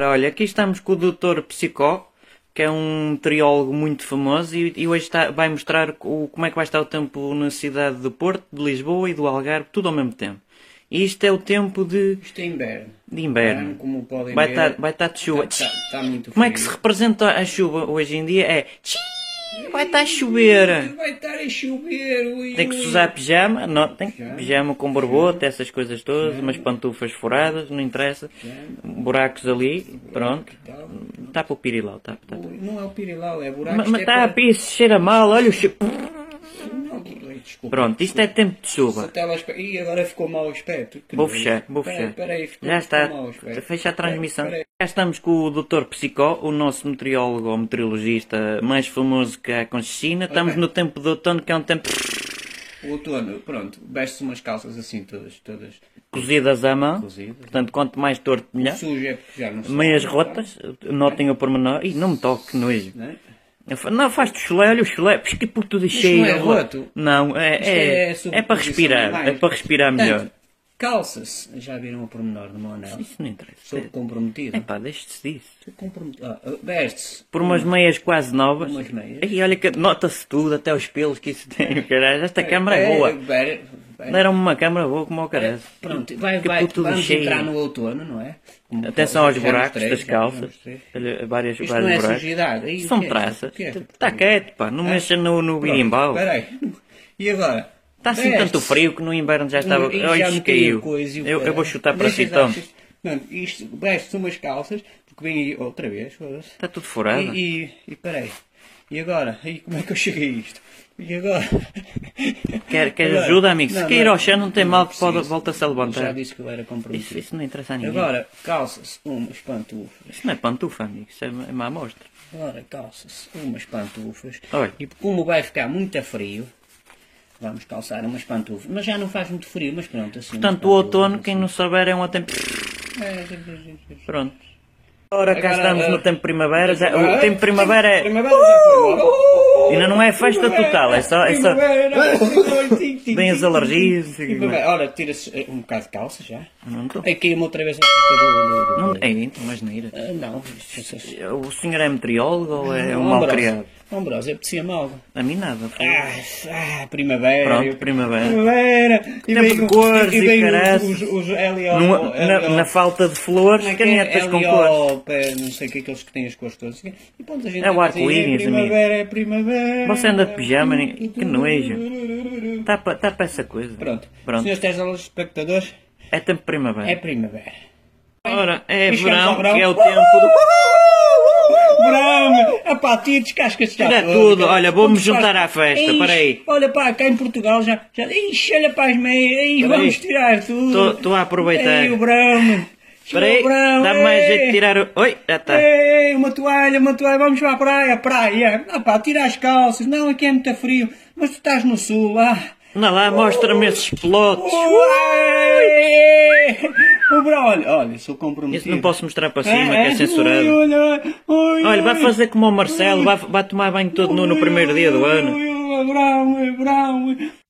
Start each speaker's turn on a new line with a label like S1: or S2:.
S1: Olha, aqui estamos com o Dr. Psicó, que é um triólogo muito famoso e, e hoje está- vai mostrar o- como é que vai estar o tempo na cidade do Porto, de Lisboa e do Algarve, tudo ao mesmo tempo. E isto é o tempo de,
S2: Isto é inverno.
S1: de inverno. Tá,
S2: Como podem
S1: É. Vai
S2: ver,
S1: estar, vai estar de chuva.
S2: Está, está muito frio.
S1: Como é que se representa a chuva hoje em dia? É tchim, vai estar a chover.
S2: Vai estar a chover. Ui,
S1: Tem que se
S2: ui.
S1: usar pijama, não, tem que
S2: Pijama.
S1: pijama com borboleta, essas coisas todas, umas pantufas furadas, não interessa. Buracos ali, pronto.
S2: Tal.
S1: Tapa o pirilau, tapa, tapa.
S2: Ui, Não é o pirilau, é buraco.
S1: Mas
S2: isto é
S1: está a
S2: para-
S1: piso, cheira mal, olha o cheiro.
S2: Não, ui, desculpa.
S1: Pronto, isto é tempo de
S2: Essa
S1: chuva.
S2: tela espe- Ih, agora ficou mau aspecto. Que
S1: Vou
S2: nojo.
S1: fechar, vou
S2: Peraí,
S1: fechar.
S2: peraí, ficou-
S1: Já
S2: ficou
S1: está.
S2: mau aspecto.
S1: Fecha a transmissão.
S2: Peraí,
S1: Já estamos com o Dr. Psicó, o nosso meteorólogo ou meteorologista mais famoso que há com China. Estamos
S2: Ok.
S1: no tempo de outono, que é um tempo
S2: peraí. O outono, pronto, veste-se umas calças assim todas, todas
S1: cozidas à mão.
S2: Cozidas. é.
S1: Portanto, quanto mais torto, melhor.
S2: sujas, é porque já não se-
S1: Meias rotas, notem o pormenor. Ih, não me toque, nojo.
S2: Não é?
S1: Eu fa- Não, faz-te chulé, olha o chulé, porque que puto de cheiro.
S2: não é roto.
S1: Não, é,
S2: Isto
S1: é, é,
S2: sobre
S1: para
S2: posição de
S1: respirar, é
S2: animais.
S1: para respirar melhor.
S2: Portanto, Calça-se, já viram o pormenor de meu anel?
S1: Isso não interessa.
S2: Sou comprometido.
S1: É pá, deixe-se disso.
S2: Sou comprometido. Ah, ah, Veste-se.
S1: Por umas meias quase novas.
S2: Umas meias.
S1: E olha que nota-se tudo, até os pelos que isso tem, o caralho. Esta câmara é
S2: Pera-
S1: boa. é
S2: pera- pera-
S1: Deram-me uma câmara boa como ao caralho.
S2: É, Pronto, vai,
S1: que
S2: vai,
S1: puto de
S2: vamos entrar
S1: cheiro.
S2: no outono, não é? Como
S1: Atenção aos
S2: já nos
S1: buracos
S2: três,
S1: das
S2: já nos
S1: calças.
S2: três.
S1: Olha, várias,
S2: Isto
S1: vários
S2: não é
S1: buracos.
S2: sujidade. Aí, o
S1: São
S2: que é?
S1: traças.
S2: O que é esta
S1: Está
S2: porcaria?
S1: quieto, pá. Não
S2: Ah,
S1: mexa no, no
S2: Pronto,
S1: birimbau.
S2: Espera aí. E agora?
S1: Está assim tanto
S2: Veste-se.
S1: frio que no inverno já estava.
S2: Ih,
S1: Olha,
S2: já
S1: isso
S2: me caiu
S1: caiu.
S2: coisa e o
S1: Eu, eu
S2: caralho.
S1: vou chutar para
S2: Deixa
S1: si,
S2: já,
S1: Tom.
S2: deixa- Não, isto, veste umas calças, porque vem aí outra vez, foda-se.
S1: Está Tá tudo furado.
S2: E, e, e peraí. E agora? E como é que eu cheguei a isto? E agora?
S1: Quer, quer
S2: Agora?
S1: ajuda, amigo? Se
S2: Não,
S1: cair
S2: não, é
S1: ao chão, não tem
S2: não
S1: mal que
S2: preciso.
S1: pode, volta-se a
S2: Já
S1: levantar.
S2: disse que eu era
S1: Isso,
S2: comprometido.
S1: isso não interessa a ninguém.
S2: Agora, calça-se umas pantufas.
S1: Isso não é pantufa, amigo. Isso é uma é uma amostra.
S2: Agora, calça-se umas pantufas.
S1: Olha.
S2: E como vai ficar muito a frio, vamos calçar umas pantufas. Mas já não faz muito frio, mas pronto, assim. umas
S1: Portanto, o
S2: pantufas,
S1: outono,
S2: assim.
S1: quem não souber, é um tempo.
S2: É,
S1: Pronto. Ora, cá
S2: Agora,
S1: estamos
S2: eh,
S1: no tempo de primavera. Já,
S2: Agora,
S1: o tempo de primavera é.
S2: Ah, Primavera já foi logo. Oh!
S1: Ainda não é festa
S2: Primavera,
S1: total, é só- é só-
S2: primavera, tim, tim,
S1: Bem
S2: tim,
S1: as
S2: tim,
S1: alergias,
S2: tim,
S1: e-
S2: primavera. Ora, tira-se eh, um bocado de calça já.
S1: Não estou.
S2: Aí caiu-me outra vez a pica do- do- do-
S1: Não, é, então, mas neira.
S2: Ah, Não, isto- isto-
S1: O senhor é meteorólogo ou é um
S2: Ambrose.
S1: malcriado?
S2: Ambrose, apetecia-me algo.
S1: A mim nada.
S2: Ah, ah, primavera.
S1: Pronto,
S2: eu-
S1: primavera.
S2: Primavera. E
S1: Tempo de
S2: o-
S1: cores e
S2: vem
S1: caraças.
S2: os, os, os L.O.
S1: Numa- na, na falta de flores,
S2: é
S1: canetas com cores.
S2: cores. Não sei o que, aqueles que têm as cores todas. E pronto, a gente
S1: É o
S2: anda assim,
S1: arco-íris,
S2: é Primavera, é primavera.
S1: Você anda de pijama, nem- que nojo. Tapa, tapa tá essa coisa.
S2: Pronto.
S1: Pronto.
S2: Senhores telespectadores,
S1: É tempo de primavera.
S2: é primavera.
S1: Ora, é
S2: E chegamos
S1: verão,
S2: ao verão.
S1: que é o tempo do.
S2: Verão! é Epá, tira, descasca-se já.
S1: Tira
S2: todo,
S1: é tudo,
S2: cara.
S1: olha, vou-me
S2: Quando se
S1: juntar à festa,
S2: Ixi,
S1: peraí.
S2: Olha pá, cá em Portugal já. já ixi, olha para as meias, Ih,
S1: Peraí.
S2: vamos tirar tudo.
S1: Tô- tô a aproveitar.
S2: Ei, o verão!
S1: Espera aí,
S2: Chegou o verão,
S1: dá mais
S2: ei.
S1: jeito de tirar o. Oi, já tá. está.
S2: Ei, uma toalha, uma toalha, vamos para a praia, praia. Ah pá, tira as calças, não, aqui é muito frio, mas tu estás no sul, ah.
S1: Anda lá, mostra-me esses pelotes.
S2: Ué! O Brown, olha, olha, sou comprometido.
S1: Isso não posso mostrar para cima, que é
S2: Ui,
S1: censurado.
S2: olha, olha, ui,
S1: Olha, vai
S2: ui.
S1: fazer como o Marcelo, vai, vai tomar banho todo nu no
S2: Ui,
S1: primeiro
S2: ui,
S1: dia do
S2: ui,
S1: ano.
S2: ui, ui, Brown, ui, Brown, ui.